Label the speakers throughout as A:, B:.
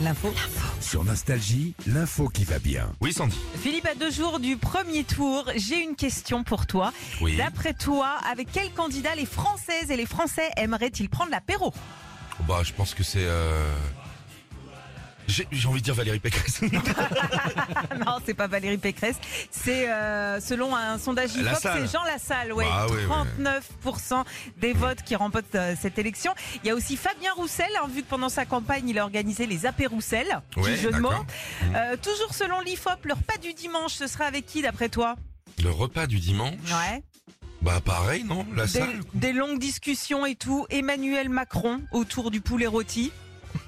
A: L'info.
B: Sur Nostalgie, l'info qui va bien.
C: Oui, Sandy.
A: Philippe, à deux jours du premier tour, j'ai une question pour toi.
C: Oui.
A: D'après toi, avec quel candidat les Françaises et les Français aimeraient-ils prendre l'apéro
C: Bah, je pense que c'est. euh, J'ai j'ai envie de dire Valérie Pécresse.
A: Non, c'est pas Valérie Pécresse. C'est euh, selon un sondage IFOP,
C: Lassalle.
A: c'est Jean Lassalle, ouais,
C: Bah ouais, ouais.
A: 39% des votes qui remportent euh, cette élection. Il y a aussi Fabien Roussel, hein, vu que pendant sa campagne, il a organisé les apéros Roussel, petit
C: Ouais,
A: jeu de mots.
C: d'accord.
A: Euh, toujours selon l'IFOP, leur pas du dimanche, ce sera avec qui d'après toi
C: Le repas du dimanche.
A: Ouais.
C: Bah, pareil, non La
A: Des,
C: salle.
A: des longues discussions et tout. Emmanuel Macron autour du poulet rôti.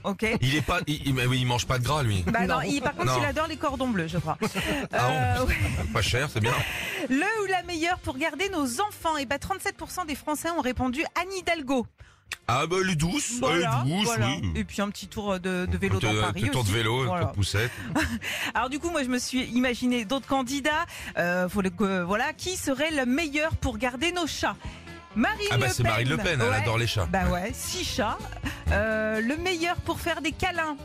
A: Ok.
C: Il est pas. Il, il- mais oui, il mange pas de gras, lui.
A: Bah non, il- par contre,
C: Non.
A: il adore les cordons bleus, je crois.
C: Ah,
A: Euh,
C: bon, Pas cher, c'est bien.
A: Le ou la meilleure pour garder nos enfants Et bah 37% des Français ont répondu Anne Hidalgo.
C: Ah, bah, elle est douce.
A: Voilà,
C: elle est douce,
A: voilà.
C: oui.
A: Et puis un petit tour euh, de, de vélo dans
C: Un
A: Paris.
C: petit tour de
A: aussi.
C: vélo, un
A: Voilà.
C: tour de poussette.
A: Alors du coup, moi je me suis imaginé d'autres candidats. Euh, faut le- que- voilà, qui serait le meilleur pour garder nos chats Marine
C: Ah, bah,
A: Le
C: c'est
A: Pen.
C: Marine Le Pen, elle
A: Ouais.
C: adore les chats.
A: Bah ouais, six chats. Euh, le meilleur pour faire des câlins.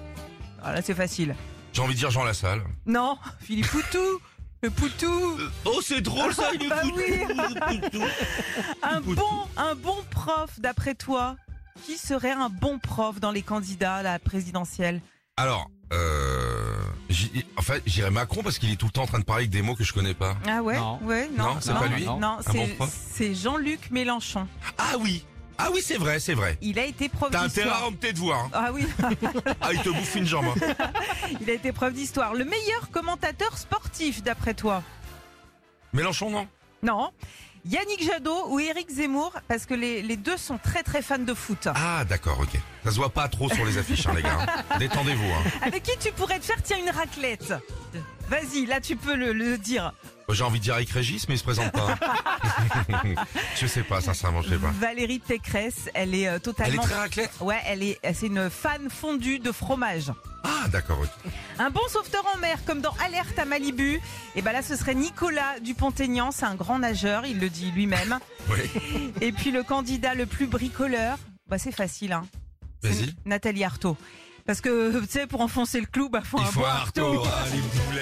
A: Ah là, c'est facile.
C: J'ai envie de dire Jean Lassalle.
A: Non, Philippe Poutou. Le Poutou.
C: Oh, c'est drôle ça, il est
A: Bah
C: fou.
A: Un
C: Poutou.
A: bon, un bon prof, d'après toi. Qui serait un bon prof dans les candidats à la présidentielle
C: Alors, euh. j'y- En fait, j'irais Macron parce qu'il est tout le temps en train de parler avec des mots que je connais pas.
A: Ah ouais
D: Non.
A: Ouais, non.
C: Non, c'est pas lui.
A: Non,
C: Un bon
A: c'est,
C: prof.
A: c'est Jean-Luc Mélenchon.
C: Ah oui Ah oui, c'est vrai, c'est vrai.
A: Il a été prof
C: T'as intérêt à
A: d'histoire.
C: remonter de voir. hein.
A: Ah oui,
C: Ah, il te bouffe une jambe. hein.
A: il a été prof d'histoire. Le meilleur commentateur sportif, d'après toi
C: Mélenchon, non
A: Non. Yannick Jadot ou Éric Zemmour, parce que les, les deux sont très très fans de foot.
C: Ah, d'accord, ok. Ça se voit pas trop sur les affiches, hein, les gars. hein. Détendez-vous. hein.
A: Avec qui tu pourrais te faire tiens une raclette Vas-y, là tu peux le, le dire.
C: J'ai envie de dire avec Régis, mais il se présente pas. je sais pas, sincèrement, je sais pas.
A: Valérie Pécresse, elle est euh,
C: Elle est
A: totalement.
C: très raclette
A: Ouais, elle est, c'est une fan fondue de fromage.
C: Ah, d'accord, ok.
A: Un bon sauveteur en mer, comme dans Alerte à Malibu. Et ben là, ce serait Nicolas Dupont-Aignan, c'est un grand nageur, il le dit lui-même.
C: Ouais,
A: Et puis le candidat le plus bricoleur, bah c'est facile, hein. C'est
C: vas-y.
A: Nathalie Arthaud. Parce que, tu sais, pour enfoncer le clou, bah faut
C: Il
A: un
C: faut
A: bon
C: un
A: Arthaud.
C: Arthaud, ah, les poulets.